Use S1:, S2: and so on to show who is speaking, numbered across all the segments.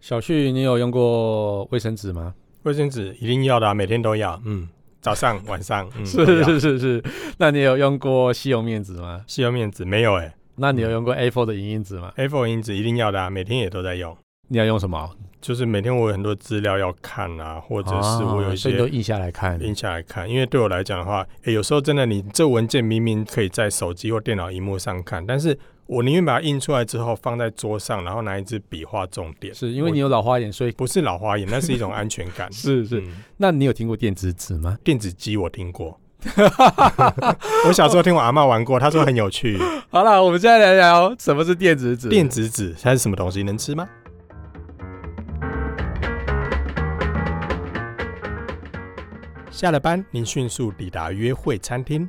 S1: 小旭，你有用过卫生纸吗？
S2: 卫生纸一定要的、啊，每天都要。嗯，早上、晚上，嗯，都
S1: 是
S2: 要。
S1: 是是是。那你有用过吸油面纸吗？
S2: 吸油面纸没有哎、
S1: 那你有用过 A4 的影印纸吗？
S2: 欸、，A4 银纸一定要的、啊，每天也都在用。
S1: 你要用什么？
S2: 就是每天我有很多资料要看啊，或者是我有
S1: 啊
S2: 一
S1: 所以
S2: 些
S1: 你都印下来看。
S2: 印下来看，因为对我来讲的话，诶，有时候真的你这文件明明可以在手机或电脑荧幕上看，但是我宁愿把它印出来之后放在桌上，然后拿一支笔画重点。
S1: 是因为
S2: 我
S1: 你有老花眼，所以。
S2: 不是老花眼，那是一种安全感
S1: 是是。
S2: 嗯
S1: 那你有听过电子纸吗？
S2: 电子机我听过， 我小时候听我阿嬷玩过，她说很有趣。
S1: 好了，我们现在来聊什么是电子纸。
S2: 电子纸它是什么东西？能吃吗？下了班，您迅速抵达约会餐厅，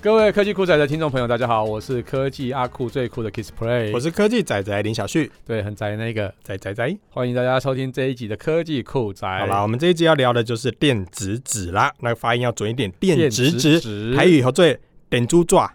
S1: 各位科技酷宅的听众朋友，大家好，我是科技阿酷最酷的 Kiss Play，
S2: 我是科技仔仔林小旭，
S1: 对很宅那个，
S2: 仔仔仔。
S1: 欢迎大家收听这一集的科技酷宅。
S2: 好啦，我们这一集要聊的就是电子纸啦，那个发音要准一点，电
S1: 电
S2: 子
S1: 子
S2: 纸。
S1: 纸，
S2: 台语以后最点猪爪，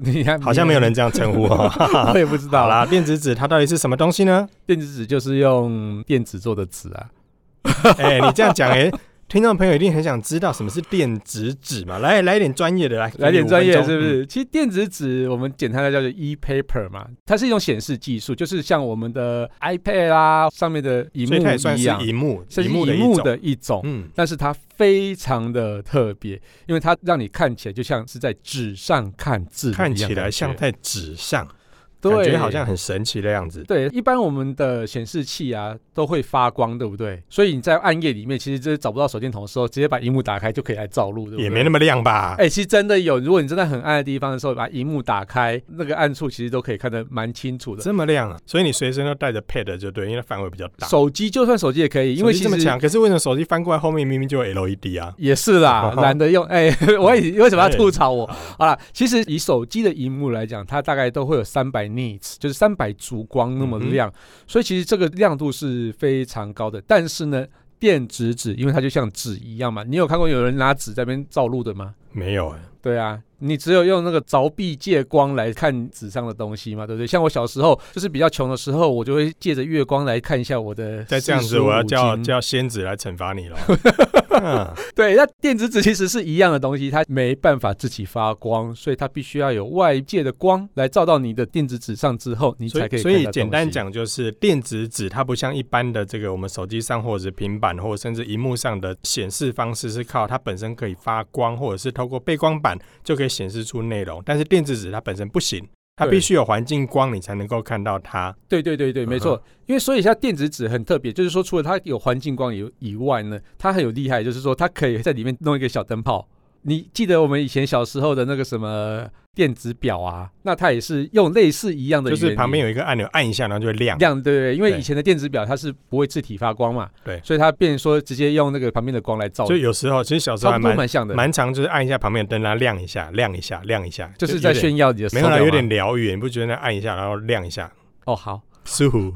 S1: 你看
S2: 好像没 有人这样称呼哦。
S1: 我也不知道
S2: 好。啦，电子纸它到底是什么东西呢？
S1: 电子纸就是用电子做的纸啊，
S2: 哎、你这样讲，哎、听众朋友一定很想知道什么是电子纸嘛？来，来一点专业的，来，
S1: 来点专业是不
S2: 嗯？
S1: 是？其实电子纸我们简单的叫做 e-paper 嘛，它是一种显示技术，就是像我们的 iPad 啦上面的荧
S2: 所以它也
S1: 幕
S2: 算
S1: 一
S2: 是
S1: 样，
S2: 荧幕，
S1: 这是
S2: 荧幕的
S1: 荧
S2: 一
S1: 幕
S2: 种。
S1: 的一种。
S2: 嗯，
S1: 但是它非常的特别，因为它让你看起来就像是在纸上看字，
S2: 看起来像在纸上，感
S1: 对，
S2: 觉好像很神奇的样子。
S1: 对。一般我们的显示器啊都会发光，对不对？所以你在暗夜里面，其实就是找不到手电筒的时候，直接把荧幕打开就可以来照路，对不对？
S2: 也没那么亮吧？
S1: 哎、其实真的有，如果你真的很暗的地方的时候，把荧幕打开，那个暗处其实都可以看得蛮清楚的。
S2: 这么亮啊！所以你随身都带着 pad 就对，因为它范围比较大。
S1: 手机就算手机也可以，因为
S2: 手机
S1: 其
S2: 这么
S1: 实
S2: 强，可是为什么手机翻过来后面明明就有 LED 啊？，
S1: 也是啦 懒得用。哎、 我也为什么要
S2: 哎
S1: 吐槽我？好啦，其实以手机的荧幕来讲，它大概都会有三百 nits，就是三百烛光那
S2: 嗯
S1: 么亮，所以其实这个亮度是非常高的。但是呢，电子纸因为它就像纸一样嘛，你有看过有人拿纸在那边照路的吗？
S2: 没有哎、
S1: 对啊，你只有用那个凿壁借光来看纸上的东西嘛，对不对？像我小时候就是比较穷的时候，我就会借着月光来看一下我的。
S2: 再这样子，我要叫。叫仙子来惩罚你了。 嗯
S1: 对，那电子纸其实是一样的东西，它没办法自己发光，所以它必须要有外界的光来照到你的电子纸上之后，你
S2: 所
S1: 才可
S2: 以，
S1: 以
S2: 所
S1: 看
S2: 以
S1: 到
S2: 简
S1: 东
S2: 单
S1: 西，
S2: 讲就是，电子纸它不像一般的这个我们手机上或者是平板或者甚至荧幕上的显示方式，是靠它本身可以发光，或者是透过背光板就可以显示出内容。但是电子纸它本身不行，它
S1: 对
S2: 必须有环境光你才能够看到它。
S1: 对对对对，没错。
S2: 嗯
S1: 因为所以像电子纸很特别，就是说除了它有环境光以以外呢，它很有厉害，就是说它可以在里面弄一个小灯泡。你记得我们以前小时候的那个什么电子表啊？那它也是用类似一样的
S2: 就
S1: 原理，
S2: 是旁边有一个按钮，按一下然后就会亮。
S1: 亮，对对对，因为
S2: 对
S1: 以前的电子表它是不会自体发光嘛，
S2: 对
S1: 所以它变成说直接用那个旁边的光来照，
S2: 所以有时候其实小时
S1: 差
S2: 候还
S1: 不多
S2: 哦蛮
S1: 蛮像的，
S2: 蛮常，就是按一下旁边的灯，它亮一下，亮一下，亮一下，
S1: 就是在
S2: 有点
S1: 炫耀你的手
S2: 没有
S1: 表
S2: 啦，
S1: 嘛
S2: 有点疗愈，你不觉得那按一下然后亮一下，
S1: 哦好。
S2: 舒服？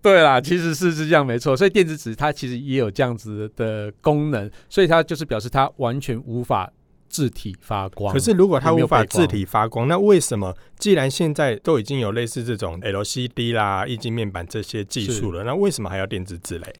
S1: 对啦，其实是是这样没错，所以电子纸它其实也有这样子的功能，所以它就是表示它完全无法自体发光。
S2: 可是如果它
S1: 有没有
S2: 无法
S1: 背光
S2: 字体发光，那为什么既然现在都已经有类似这种 LCD 啦、液晶面板这些技术了，那为什么还要电子字嘞？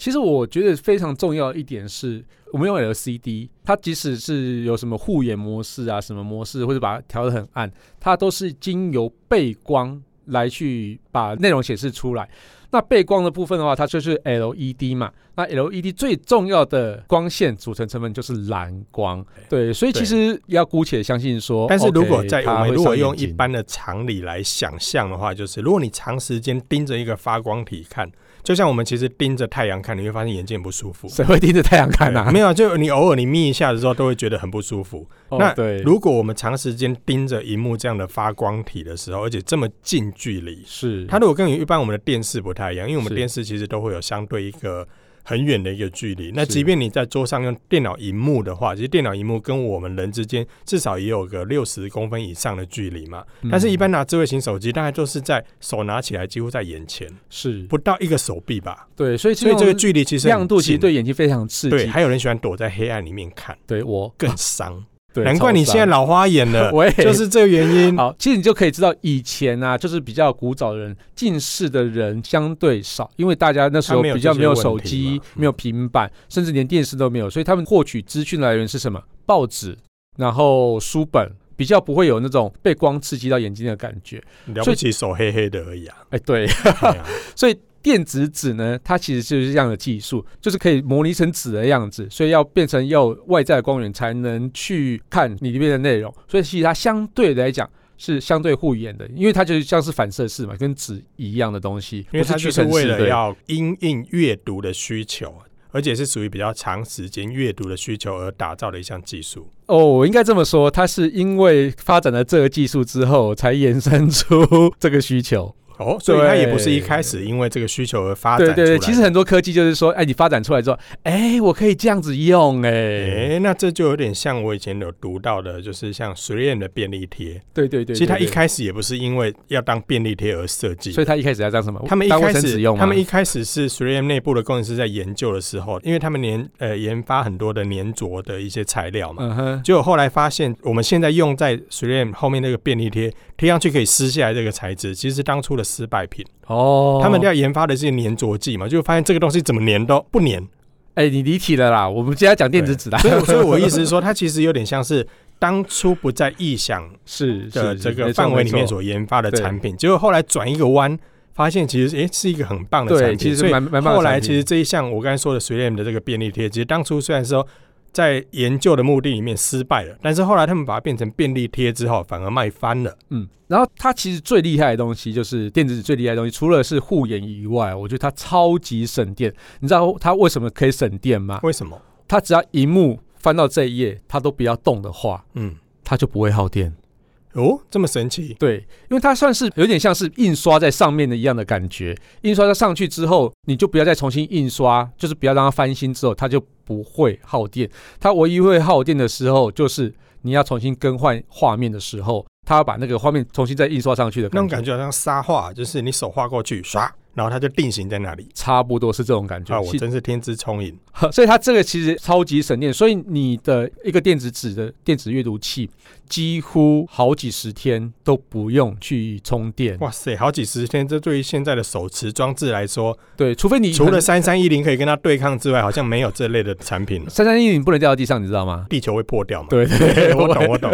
S1: 其实我觉得非常重要一点是，我们用 LCD，它即使是有什么护眼模式啊、什么模式，或者把它调得很暗，它都是经由背光来去把内容显示出来。那背光的部分的话，它就是 LED 嘛。那 LED 最重要的光线组成成分就是蓝光，对，所以其实要姑且相信说，
S2: 但是
S1: 哦 OK，
S2: 如果在
S1: 它
S2: 我们
S1: 会
S2: 如果
S1: 上
S2: 用
S1: 眼
S2: 一
S1: 睛
S2: 般的常理来想象的话，就是如果你长时间盯着一个发光体看，就像我们其实盯着太阳看，你会发现眼睛很不舒服。
S1: 谁会盯着太阳看啊
S2: 对？没有，就你偶尔你眯一下的时候，都会觉得很不舒服。
S1: 哦
S2: 那
S1: 对，
S2: 如果我们长时间盯着荧幕这样的发光体的时候，而且这么近距离，
S1: 是
S2: 它如果跟一般我们的电视不太一样，因为我们
S1: 是
S2: 电视其实都会有相对一个很远的一个距离。那
S1: 是
S2: 即便你在桌上用电脑荧幕的话，其实电脑荧幕跟我们人之间至少也有个六十公分以上的距离嘛。
S1: 嗯
S2: 但是，一般拿智慧型手机，大概就是在手拿起来几乎在眼前，
S1: 是
S2: 不到一个手臂吧。
S1: 对，所以
S2: 所以这个距离其实很
S1: 嗯亮度其实
S2: 近
S1: 对眼睛非常刺
S2: 对，
S1: 激。
S2: 还有人喜欢躲在黑暗里面看，
S1: 对我，
S2: 更伤。
S1: 对
S2: 难怪你现在。老花眼
S1: 超
S2: 了
S1: 伤，我也
S2: 就是这个原 因。
S1: 好，其实你就可以知道，以前啊，就是比较古早的人，近视的人相对少，因为大家那时候
S2: 他没有
S1: 比较
S2: 这些
S1: 没有
S2: 问
S1: 手
S2: 题
S1: 机
S2: 嘛、嗯
S1: 没有平板，甚至连电视都没有，所以他们获取资讯来源是什么？报纸，然后书本，比较不会有那种被光刺激到眼睛的感觉。
S2: 了不起，手黑黑的而已啊。
S1: 哎，对，
S2: 对啊
S1: 所以电子纸呢，它其实就是这样的技术，就是可以模拟成纸的样子，所以要变成要有外在的光源才能去看你里面的内容，所以其实它相对来讲。是相对护眼的，因为它就是像是反射式嘛，跟纸一样的东西，
S2: 因为
S1: 不
S2: 它
S1: 是屈
S2: 就是
S1: 臣
S2: 为
S1: 氏
S2: 了
S1: 对
S2: 要因应阅读的需求，而且是属于比较长时间阅读的需求而打造的一项技术。
S1: 哦，我应该这么说，它是因为发展了这个技术之后，才延伸出这个需求。
S2: 哦，所以它
S1: 对
S2: 也不是一开始因为这个需求而发展
S1: 对
S2: 出来。
S1: 对对，其实很多科技就是说，哎，你发展出来之后，哎，我可以这样子用，哎、
S2: 诶，那这就有点像我以前有读到的，就是像 3M 的便利贴。
S1: 对对对对
S2: 其实它一
S1: 对
S2: 开始也不是因为要当便利贴而设计的，
S1: 所以它一开始要当什么？
S2: 他们一
S1: 当卫
S2: 开
S1: 生纸
S2: 始
S1: 用，吗
S2: 他们一开始是 3M 内部的工程师在研究的时候，因为他们研呃研发很多的粘着的一些材料嘛，
S1: 嗯哼，
S2: 结果后来发现我们现在用在 3M 后面那个便利贴贴上去可以撕下来这个材质，其实是当初的失败品。
S1: 哦，
S2: 他们要研发的是粘着剂嘛，就发现这个东西怎么粘都不 粘。
S1: 哎、你离题了啦，我们今天要讲电子纸啦，
S2: 所以所以我意思是说，它其实有点像是。当初不在意想
S1: 是
S2: 的
S1: 是
S2: 这个范围里面所研发的
S1: 对
S2: 产品，结果后来转一个弯，发现其实诶、是一个很棒的产
S1: 对，
S2: 品，
S1: 其
S2: 所
S1: 实
S2: 以
S1: 蛮蛮棒的
S2: 后来
S1: 产
S2: 其
S1: 品
S2: 实这一项我刚才说的 3M 的这个便利贴，其实当初虽然说在研究的目的里面失败了，但是后来他们把它变成便利贴之后，反而卖翻了。
S1: 嗯，然后它其实最厉害的东西就是电子纸最厉害的东西，除了是护眼以外，我觉得它超级省电。你知道它为什么可以省电吗？
S2: 为什么？
S1: 它只要荧幕翻到这一页，它都不要动的话，
S2: 嗯，
S1: 它就不会耗电。
S2: 哦，这么神奇？
S1: 对，因为它算是有点像是印刷在上面的一样的感觉，印刷在上去之后，你就不要再重新印刷，就是不要让它翻新之后，它就不会耗电。它唯一会耗电的时候，就是你要重新更换画面的时候，它要把那个画面重新再印刷上去的
S2: 那
S1: 感
S2: 种
S1: 觉，
S2: 感觉好像沙画，就是你手画过去，唰，然后它就定型在那里。
S1: 差不多是这种感觉。
S2: 啊，我
S1: 其
S2: 真是天资聪颖。
S1: 所以它这个其实超级省电，所以你的一个电子纸的电子阅读器，几乎好几十天都不用去充电。
S2: 哇塞，好几十天，这对于现在的手持装置来说，
S1: 对，除非你
S2: 除了三三一零可以跟它对抗之外，好像没有这类的产品了。
S1: 三三一零不能掉到地上，你知道吗？
S2: 地球会破掉嘛？
S1: 对对对，
S2: 我懂，我懂。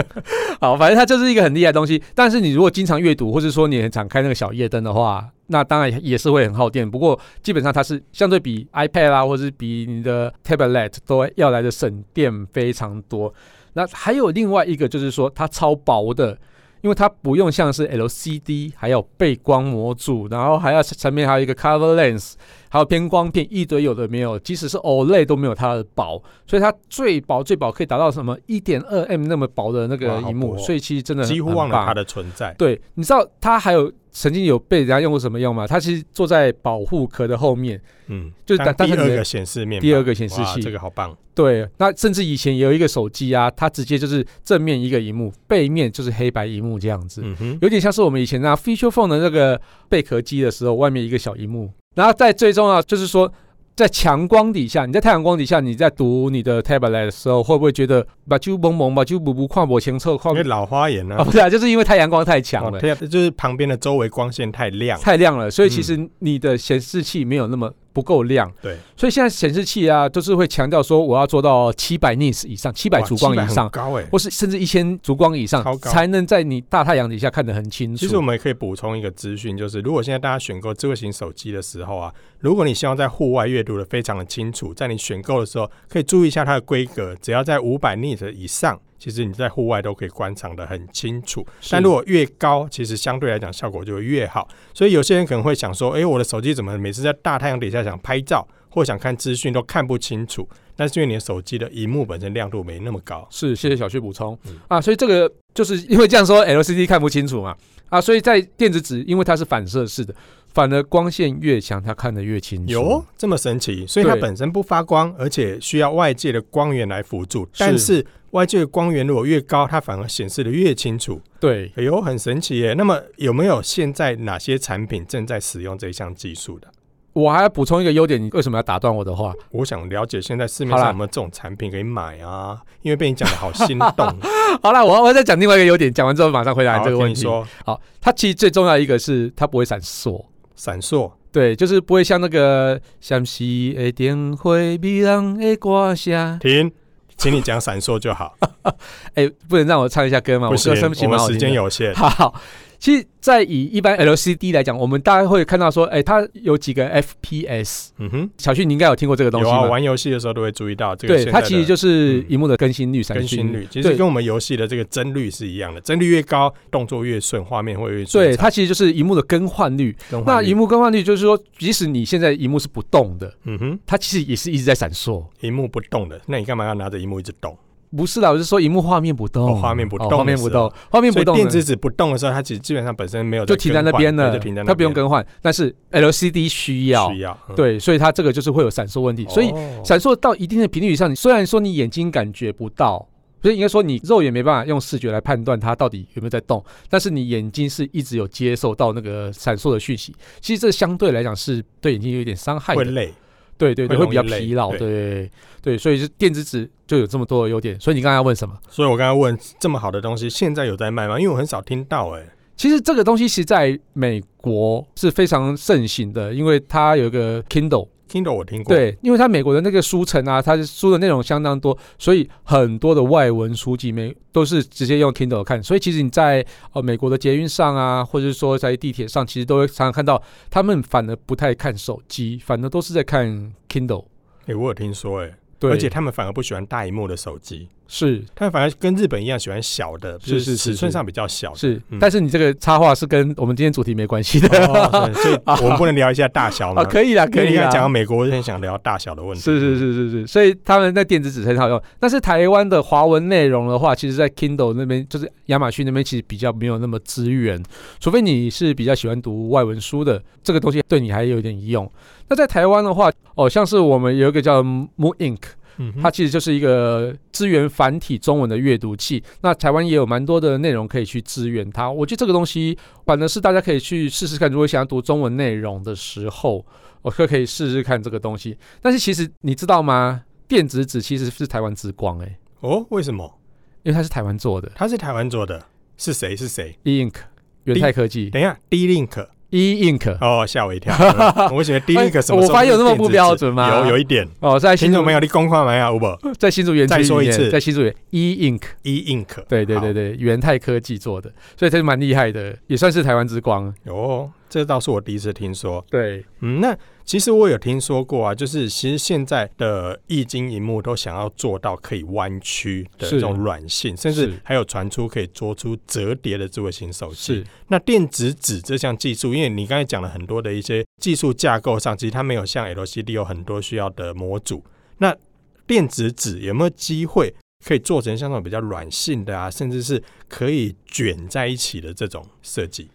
S1: 好，反正它就是一个很厉害的东西。但是你如果经常阅读，或是说你很常开那个小夜灯的话，那当然也是会很耗电。不过基本上它是相对比 iPad 啦、或是比你的 tablet 都要来的省电非常多。那还有另外一个就是说它超薄的。因为它不用像是 LCD，还有背光模组，然后还要前面还有一个 cover lens，还有偏光片，一堆有的没有，即使是 OLED 都没有它的薄。所以它最薄最薄可以达到什么一点二 m 那么薄的那个
S2: 哇好
S1: 荧幕，
S2: 薄哦
S1: 所以其实真的
S2: 几乎忘了它
S1: 的。
S2: 的存在。
S1: 对，你知道它还有曾经有被人家用过什么用吗？它其实坐在保护壳的后面，
S2: 嗯，
S1: 就是
S2: 当
S1: 当
S2: 第
S1: 成你
S2: 二
S1: 的
S2: 个显示面板，
S1: 第二个显示
S2: 哇
S1: 器。
S2: 这个好棒。
S1: 对，那甚至以前有一个手机啊，它直接就是正面一个荧幕，背面就是黑白荧幕这样子，
S2: 嗯哼，
S1: 有点像是我们以前拿 feature phone 的那个贝壳机的时候，外面一个小荧幕。然后在最重要就是说，在强光底下，你在太阳光底下，你在读你的 tablet 的时候，会不会觉得把就蒙蒙把就不不跨我前侧跨
S2: 因为老花眼呢、
S1: 啊？不是啊，就是因为太阳光太强
S2: 哦
S1: 了，
S2: 对啊，就是旁边的周围光线太亮，
S1: 太亮了，所以其实你的显示器没有那么不够亮。
S2: 嗯对，
S1: 所以现在显示器啊，就是会强调说我要做到七百 nits 以上，七百
S2: 哇
S1: 烛光
S2: 700
S1: 以
S2: 很
S1: 上，
S2: 高哎、
S1: 或是甚至一千烛光以上
S2: 超，高
S1: 才能在你大太阳底下看得很清楚。
S2: 其实我们也可以补充一个资讯，就是如果现在大家选购智慧型手机的时候啊，如果你希望在户外阅读的非常的清楚，在你选购的时候可以注意一下它的规格，只要在五百 nit 以上，其实你在户外都可以观赏的很清楚。
S1: 是
S2: 但如果越高，其实相对来讲效果就会越好。所以有些人可能会想说，诶，我的手机怎么每次在大太阳底下想拍照或想看资讯都看不清楚？但是因为你的手机的荧幕本身亮度没那么高，
S1: 是，谢谢小旭补充、
S2: 嗯
S1: 啊。所以这个就是因为这样说 LCD 看不清楚嘛，啊，所以在电子纸，因为它是反射式的，反而光线越强，它看得越清楚。
S2: 有哦这么神奇，所以它
S1: 对
S2: 本身不发光，而且需要外界的光源来辅助。
S1: 是
S2: 但是外界的光源如果越高，它反而显示的越清楚。
S1: 对，
S2: 哎呦，很神奇耶！那么有没有现在哪些产品正在使用这项技术的？
S1: 我还要补充一个优点，你为什么要打断我的话？
S2: 我想了解现在市面
S1: 好啦
S2: 上有没有这种产品可以买啊？因为被你讲的好心 动，
S1: 好了，我我再讲另外一个优点，讲完之后马上回答啊
S2: 好
S1: 你这个
S2: 听
S1: 问
S2: 你
S1: 题。
S2: 说
S1: 好，它其实最重要一个是它不会闪烁。
S2: 闪烁，
S1: 对，就是不会像那个陕西的灯火，迷人的歌声。
S2: 停，请你讲闪烁就好。
S1: 哎、不能让我唱一下歌吗？
S2: 不
S1: 我
S2: 行
S1: 歌声，
S2: 我
S1: 蛮
S2: 们
S1: 好
S2: 时
S1: 听
S2: 间
S1: 的。
S2: 有限，
S1: 好其实，在以一般 LCD 来讲，我们大家会看到说，哎、它有几个 FPS。
S2: 嗯哼，
S1: 小旭，你应该有听过这个东西
S2: 有
S1: 吧？
S2: 啊，玩游戏的时候都会注意到这个现
S1: 对，
S2: 在的。
S1: 它其实就是
S2: 嗯
S1: 荧幕的更新率、闪
S2: 更
S1: 讯
S2: 新率，其实
S1: 对
S2: 跟我们游戏的这个帧率是一样的，帧率越高，动作越顺，画面会越顺
S1: 对，它其实就是荧幕的更换率。
S2: 畅。
S1: 那荧
S2: 幕，
S1: 幕更换率就是说，即使你现在荧幕是不动的，
S2: 嗯哼，
S1: 它其实也是一直在闪烁。
S2: 荧幕不动的，那你干嘛要拿着荧幕一直动？
S1: 不是啦，我是说荧幕画面不动，
S2: 哦画面不动
S1: 哦画面
S2: 的
S1: 不
S2: 时候
S1: 动，画面
S2: 所
S1: 不
S2: 以
S1: 动
S2: 电
S1: 呢，
S2: 子纸不动的时候，它其实基本上本身没有
S1: 就
S2: 在
S1: 停在
S2: 更
S1: 那
S2: 换
S1: 边
S2: 对
S1: 了，
S2: 就停在那边，
S1: 它不用更换。但是 LCD 需要，
S2: 需要，嗯，
S1: 对，所以它这个就是会有闪烁问题，所以
S2: 哦
S1: 闪烁到一定的频率以上，你虽然说你眼睛感觉不到，所以应该说你肉眼没办法用视觉来判断它到底有没有在动，但是你眼睛是一直有接受到那个闪烁的讯息。其实这相对来讲是对眼睛有一点伤害
S2: 会
S1: 的，
S2: 累，
S1: 对对对，
S2: 会
S1: 会
S2: 容
S1: 比
S2: 易
S1: 较
S2: 累
S1: 疲劳，
S2: 对
S1: 对对，所以是电子纸就有这么多的优点。所以你刚才要问什么？
S2: 所以我刚刚问这么好的东西，现在有在卖吗？因为我很少听到、哎，
S1: 其实这个东西是在美国是非常盛行的，因为它有一个 Kindle。
S2: 听到我听过，，
S1: 对，因为它美国的那个书城啊，它的书的内容相当多，所以很多的外文书籍美都是直接用 Kindle 看。所以其实你在呃美国的捷运上啊，或者是说在地铁上，其实都会常常看到他们反而不太看手机，反而都是在看 Kindle。
S2: 哎、我有听说、哎，
S1: 对，
S2: 而且他们反而不喜欢大荧幕的手机，
S1: 是
S2: 他们反而跟日本一样喜欢小的，
S1: 是
S2: 就是
S1: 是
S2: 尺寸上比较小的。
S1: 是、
S2: 嗯
S1: 但是你这个插画是跟我们今天主题没关系的。
S2: 哦 所以所以我们不能聊一下大小吗？
S1: 啊，可以啦，可
S2: 因为
S1: 以
S2: 你刚
S1: 啦。
S2: 才讲到美国，我就很想聊大小的问题。
S1: 是是是是是，所以他们那电子纸很好用。但是台湾的华文内容的话，其实在 Kindle 那边，就是亚马逊那边，其实比较没有那么资源，除非你是比较喜欢读外文书的，这个东西对你还有一点用。那在台湾的话，哦，像是我们有一个叫 Moon Ink，
S2: 嗯哼，
S1: 它其实就是一个支援繁体中文的阅读器。那台湾也有蛮多的内容可以去支援它。我觉得这个东西反而是大家可以去试试看，如果想要读中文内容的时候，我可可以试试看这个东西。但是其实你知道吗？电子纸其实是台湾之光诶、
S2: 哦，为什么？
S1: 因为它是台湾做的
S2: 它是台湾做的，是谁？是谁？
S1: ，E Ink 元泰科技
S2: 等一下，D Link，
S1: ，E Ink
S2: 哦，吓我一跳。嗯我觉得 D Link 什么时候
S1: 哎我发现有那么不标准吗
S2: 有有一点，
S1: 哦，在新
S2: 听
S1: 竹
S2: 众朋友，你公啊看没有？有无
S1: 在新竹园区
S2: 再
S1: 里
S2: 说一
S1: 面，
S2: 次
S1: 在新竹园 E Ink，
S2: ？E Ink，
S1: 对对对对，元泰科技做的，所以它是蛮厉害的，也算是台湾之光。
S2: 好，哦，这倒是我第一次听说。
S1: 对，
S2: 嗯，那其实我有听说过啊，就是其实现在的易经荧幕都想要做到可以弯曲的
S1: 是
S2: 这种软性，甚至
S1: 是
S2: 还有传出可以做出折叠的智慧型手机。
S1: 是
S2: 那电子纸这项技术，因为你刚才讲了很多的一些技术架构上，其实它没有像 LCD 有很多需要的模组。那电子纸有没有机会可以做成像那种比较软性的啊，甚至是可以卷在一起的这种设计？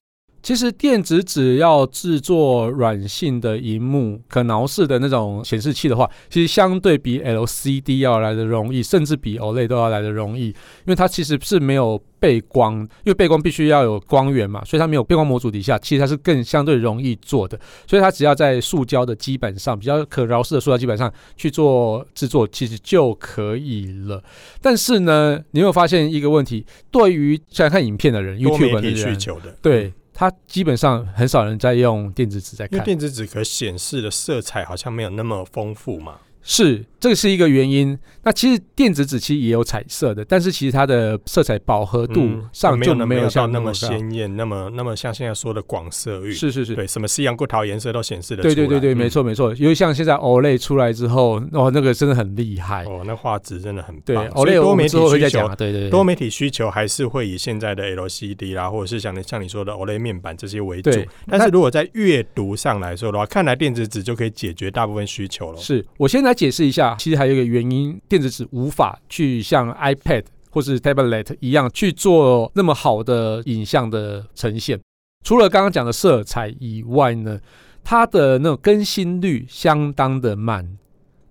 S1: 其实电子纸要制作软性的荧幕、可挠式的那种显示器的话，其实相对比 LCD 要来的容易，甚至比 OLED 都要来的容易，因为它其实是没有背光，因为背光必须要有光源嘛，所以它没有背光模组底下，其实它是更相对容易做的，所以它只要在塑胶的基板上，比较可挠式的塑胶基板上去做制作，其实就可以了。但是呢，你有没有发现一个问题？对于喜欢看影片的人、
S2: 多媒
S1: YouTube 的
S2: 体需
S1: 人。
S2: 求的，
S1: 对，它基本上很少人在用电子纸在
S2: 嗯因为
S1: 看，
S2: 电子纸壳显示的色彩好像没有那么丰富嘛。
S1: 是这个是一个原因。那其实电子纸其实也有彩色的，但是其实它的色彩饱和度
S2: 嗯
S1: 上
S2: 没
S1: 就
S2: 那
S1: 没有
S2: 到
S1: 像
S2: 那么
S1: 么高。
S2: 鲜艳，那么那么像现在说的广色域，
S1: 是是是，
S2: 对，什么西洋过桃颜色都显示的出来。
S1: 对对对对，
S2: 嗯
S1: 没。错没错。因为像现在 OLED 出来之后，哦，那个真的很厉害。
S2: 哦，那画质真的很棒。
S1: 对
S2: 所以
S1: ，OLED
S2: 多
S1: 我
S2: 媒
S1: 们之后
S2: 体
S1: 会
S2: 需
S1: 再讲
S2: 求
S1: 啊。，对对
S2: 多
S1: 对。
S2: 媒体需求还是会以现在的 LCD 啦，或者是像你像你说的 OLED 面板这些为主
S1: 对。
S2: 但是如果在阅读上来说的话，看来电子纸就可以解决大部分需求了。
S1: 是我先来解释一下，其实还有一个原因，电子纸无法去像 iPad 或是 Tablet 一样去做那么好的影像的呈现。除了刚刚讲的色彩以外呢，它的那种更新率相当的慢，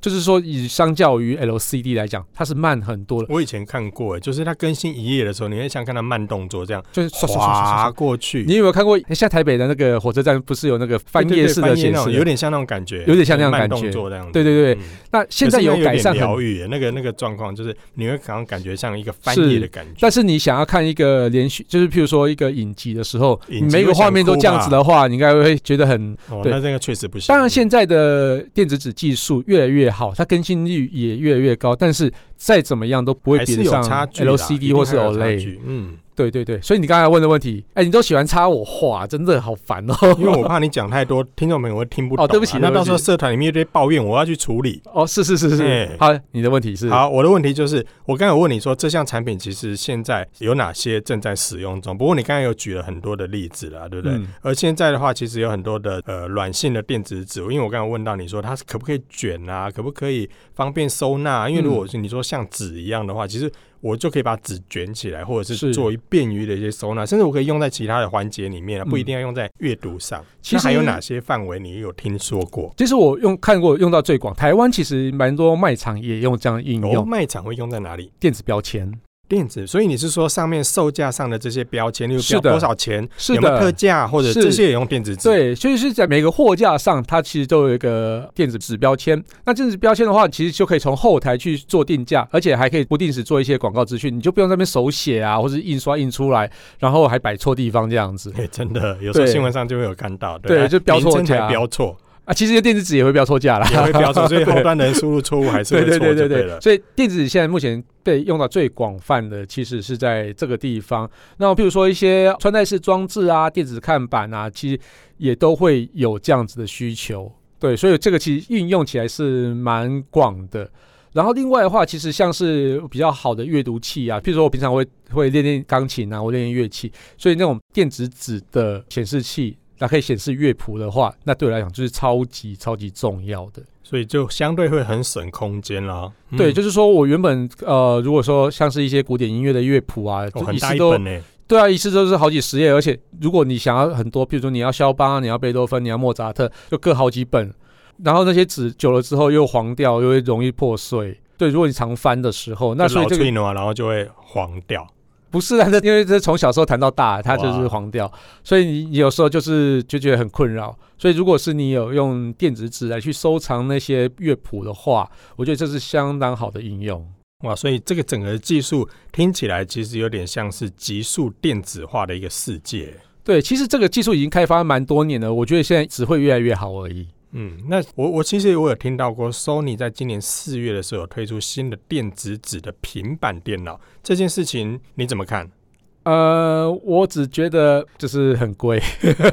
S1: 就是说以相较于 LCD 来讲，它是慢很多的，
S2: 我以前看过，就是它更新一页的时候，你会像看它慢动作这样
S1: 就是刷刷刷刷刷
S2: 滑过去，
S1: 你有没有看过？现在台北的那个火车站不是有那个翻
S2: 对对
S1: 页
S2: 对
S1: 式的
S2: 翻页
S1: 显
S2: 那
S1: 示
S2: 种，？有点像那种感觉，
S1: 有点像那种
S2: 慢
S1: 感
S2: 动
S1: 觉
S2: 作这样子。
S1: 对对对
S2: 嗯，
S1: 那现在
S2: 可是那
S1: 改善
S2: 点
S1: 很
S2: 疗愈耶那个那个状况，就是你会好像感觉像一个翻
S1: 是
S2: 页的感觉。
S1: 但是你想要看一个连续，就是譬如说一个影集的时候，
S2: 影
S1: 你
S2: 集
S1: 每个画面都这样子的话，你应该会觉得很。
S2: 哦，
S1: 对
S2: 那这个确实不行。
S1: 当然，现在的电子纸技术越来越好，它更新率也越来越高，但是再怎么样都不会
S2: 还
S1: 比
S2: 是
S1: 得
S2: 有
S1: 上
S2: 差距啦啊
S1: LCD 或是 OLED。。
S2: 一定还有差距嗯，
S1: 对对对，所以你刚才问的问题，哎，你都喜欢插我话，真的好烦哦。
S2: 因为我怕你讲太多，听众朋友会听不懂啊。
S1: 哦对不起
S2: 那
S1: 对不
S2: 到
S1: 起
S2: 时候社团里面一堆抱怨，我要去处理。
S1: 哦，是是是
S2: 哎
S1: 是，好，你的问题是，
S2: 好，我的问题就是，我刚才有问你说这项产品其实现在有哪些正在使用中？不过你刚才有举了很多的例子啦，对不对？
S1: 嗯
S2: 而现在的话，其实有很多的呃软性的电子纸，因为我刚才问到你说它是可不可以卷啊，可不可以方便收纳、啊因为如
S1: 嗯
S2: 果是你说像纸一样的话，其实我就可以把纸卷起来，或者是
S1: 是
S2: 做一便于的一些收纳，甚至我可以用在其他的环节里面啊，
S1: 嗯
S2: 不一定要用在阅读上。
S1: 其
S2: 那还有
S1: 实
S2: 哪些范围你有听说过？
S1: 其实我用看过用到最广，台湾其实蛮多卖场也用这样的应
S2: 哦，
S1: 用、
S2: 卖场会用在哪里？
S1: 电子标签。
S2: 电子，所以你是说上面售价上的这些标签，例如标
S1: 是的
S2: 多少钱，
S1: 是
S2: 有没有特
S1: 的，
S2: 价，或者
S1: 是
S2: 这些也用电子纸？，
S1: 对，所以是在每个货架上，它其实都有一个电子指标签。那电子标签的话，其实就可以从后台去做定价，而且还可以不定时做一些广告资讯，你就不用在那边手写啊，或是印刷印出来，然后还摆错地方这 样子
S2: 哎、真的，有时候
S1: 对
S2: 新闻上就会有看到，
S1: 对
S2: 还
S1: 就标错
S2: 名称还
S1: 价
S2: 标错，
S1: 啊。其实电子纸也会标错价啦，
S2: 也会标 错，所以
S1: 对
S2: 后端的人输入错误还是
S1: 对
S2: 会
S1: 对
S2: 错
S1: 对对
S2: 就对
S1: 对，
S2: 了。
S1: 所以电子纸现在目前被用到最广泛的，其实是在这个地方。那譬如说一些穿戴式装置啊、电子看板啊，其实也都会有这样子的需求。对，所以这个其实应用起来是蛮广的。然后另外的话，其实像是比较好的阅读器啊，譬如说我平常会会练练钢琴啊，我练练乐器，所以那种电子纸的显示器，那可以显示乐谱的话，那对我来讲就是超级超级重要的。
S2: 所以就相对会很省空间啦。嗯
S1: 对，就是说我原本呃，如果说像是一些古典音乐的乐谱啊，
S2: 哦
S1: 就
S2: 很
S1: 一
S2: 大
S1: 次
S2: 一
S1: 都
S2: 本呢，
S1: 对啊，一次都是好几十页，而且如果你想要很多，比如说你要肖邦啊，你要贝多芬，你要莫扎特，就各好几本，然后那些纸久了之后又黄掉，又会容易破碎。对，如果你常翻的时候，那
S2: 就
S1: 所以
S2: 老
S1: 这个
S2: 脆啊呢，然后就会黄掉。
S1: 不是啊，这因为这从小时候谈到大，它就
S2: 哇
S1: 是黄掉，所以你你有时候就是就觉得很困扰。所以如果是你有用电子纸来去收藏那些乐谱的话，我觉得这是相当好的应用。
S2: 哇，所以这个整个技术听起来其实有点像是极速电子化的一个世界。
S1: 对，其实这个技术已经开发蛮多年了，我觉得现在只会越来越好而已。
S2: 嗯，那我我其实我有听到过，Sony 在今年四月的时候有推出新的电子纸的平板电脑这件事情，你怎么看？
S1: 呃，我只觉得就是很贵，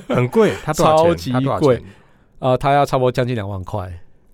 S2: 很贵，它多少
S1: 超
S2: 钱？
S1: 级
S2: 它多少钱
S1: 贵，呃，它要差不多将近两万块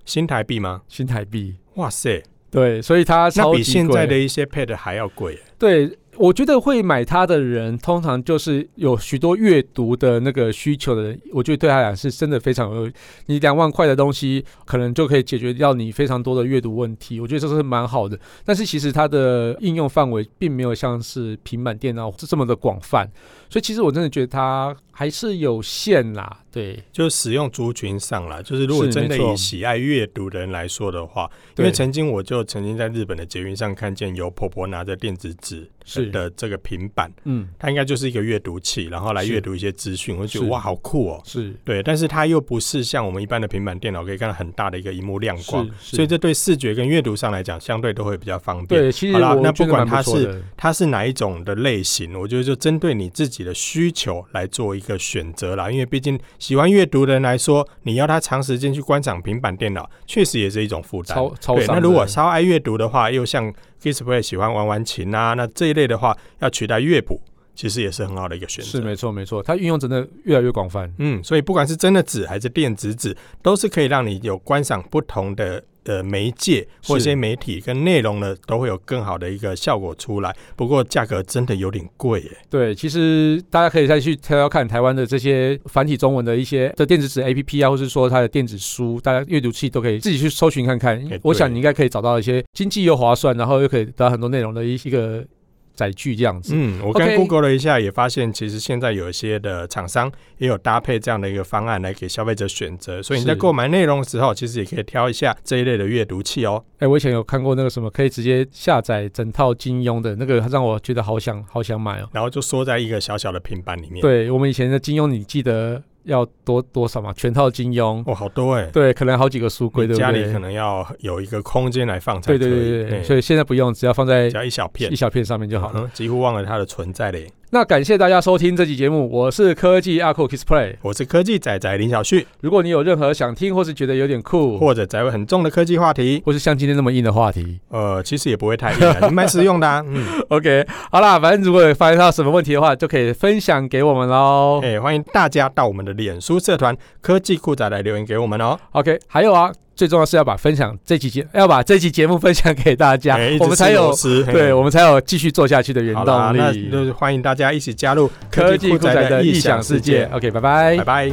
S2: 新台币吗？
S1: 新台币。
S2: 哇塞，
S1: 对，所以它
S2: 那
S1: 超
S2: 比
S1: 级
S2: 现在的
S1: 贵。
S2: 一些 Pad 还要贵。
S1: 对，我觉得会买它的人，通常就是有许多阅读的那个需求的人，我觉得对他来讲是真的非常有。你两万块的东西，可能就可以解决掉你非常多的阅读问题，我觉得这是蛮好的。但是其实它的应用范围并没有像是平板电脑这么的广泛，所以其实我真的觉得它还是有限啦。对，
S2: 就是使用族群上啦，就是如果
S1: 是
S2: 真的
S1: 没错
S2: 以喜爱阅读的人来说的话，因
S1: 对
S2: 为曾经我就曾经在日本的捷运上看见有婆婆拿着电子纸
S1: 是
S2: 的这个平板，
S1: 嗯，
S2: 它应该就是一个阅读器，然后来
S1: 是
S2: 阅读一些资讯，我就觉
S1: 是
S2: 得哇，好酷哦、
S1: 是
S2: 对，但是它又不是像我们一般的平板电脑可以看到很大的一个荧幕亮光
S1: 是，，
S2: 所以这对视觉跟阅读上来讲，相对都会比较方便。
S1: 对，其实
S2: 好啦
S1: 我
S2: 那
S1: 觉
S2: 不
S1: 得
S2: 管
S1: 蛮不
S2: 它
S1: 错
S2: 是
S1: 的。
S2: 它是哪一种的类型，我觉得就针对你自己的需求来做一个选择啦。因为毕竟喜欢阅读的人来说，你要他长时间去观赏平板电脑，确实也是一种负担。
S1: 超超
S2: 对，
S1: 商
S2: 那
S1: 的
S2: 如果稍爱阅读的话，又像 Kissplay 喜欢玩玩琴啊，那这一类的话，要取代乐谱，其实也是很好的一个选择。
S1: 是没错没错，它运用真的越来越广泛。
S2: 嗯，所以不管是真的纸还是电子纸，都是可以让你有观赏不同的。的媒介或一
S1: 是
S2: 些媒体跟内容呢，都会有更好的一个效果出来。不过价格真的有点贵耶。
S1: 对，其实大家可以再去挑挑看台湾的这些繁体中文的一些的电子纸 APP 啊，或是说它的电子书，大家阅读器都可以自己去搜寻看看
S2: 哎。
S1: 我
S2: 对
S1: 想你应该可以找到一些经济又划算，然后又可以得到很多内容的一一个载具这样子。
S2: 嗯，我刚
S1: OK
S2: Google 了一下，也发现其实现在有一些的厂商也有搭配这样的一个方案来给消费者选择，所以你在
S1: 是
S2: 购买内容的时候，其实也可以挑一下这一类的阅读器哦。
S1: 哎、我以前有看过那个什么，可以直接下载整套金庸的那个，让我觉得好想好想买哦。
S2: 然后就缩在一个小小的平板里面。，
S1: 对我们以前的金庸，你记得要多多少吗？全套金庸，
S2: 哦，好多哎，
S1: 对，可能好几个书柜，
S2: 你
S1: 对不
S2: 家里
S1: 对
S2: 可？能要有一个空间来放才可
S1: 对
S2: 以。
S1: 对对对对，
S2: 哎
S1: 所以现在不用，只要放在
S2: 只要一小片
S1: 一小片上面就好了。
S2: 嗯，几乎忘了它的存在嘞。
S1: 那感谢大家收听这期节目，我是科技阿酷 Kiss Play。
S2: 我是科技仔仔林小旭，
S1: 如果你有任何想听或是觉得有点酷，或
S2: 或者宅味很重的科技话题，
S1: 或是像今天那么硬的话题
S2: 呃，其实也不会太硬 啊，你蛮实用的啊。嗯，
S1: ，OK，好啦，反正如果有发现到什么问题的话，就可以分享给我们喽。
S2: 哎、欢迎大家到我们的脸书社团科技酷仔来留言给我们哦。
S1: OK，还有啊，最重要是要把分享这期节，要把这期节目分享给大家，
S2: 哎一直
S1: 我们才
S2: 吃
S1: 有
S2: 螺，丝嘿
S1: 对我们才有继续做下去的原
S2: 好啦，
S1: 动
S2: 那
S1: 力。
S2: 就是欢迎大家一起加入
S1: 科技酷
S2: 仔
S1: 宅的异想世界。OK，拜拜
S2: 拜。拜。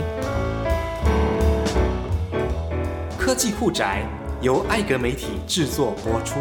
S3: 科技酷宅由艾格媒体制作播出。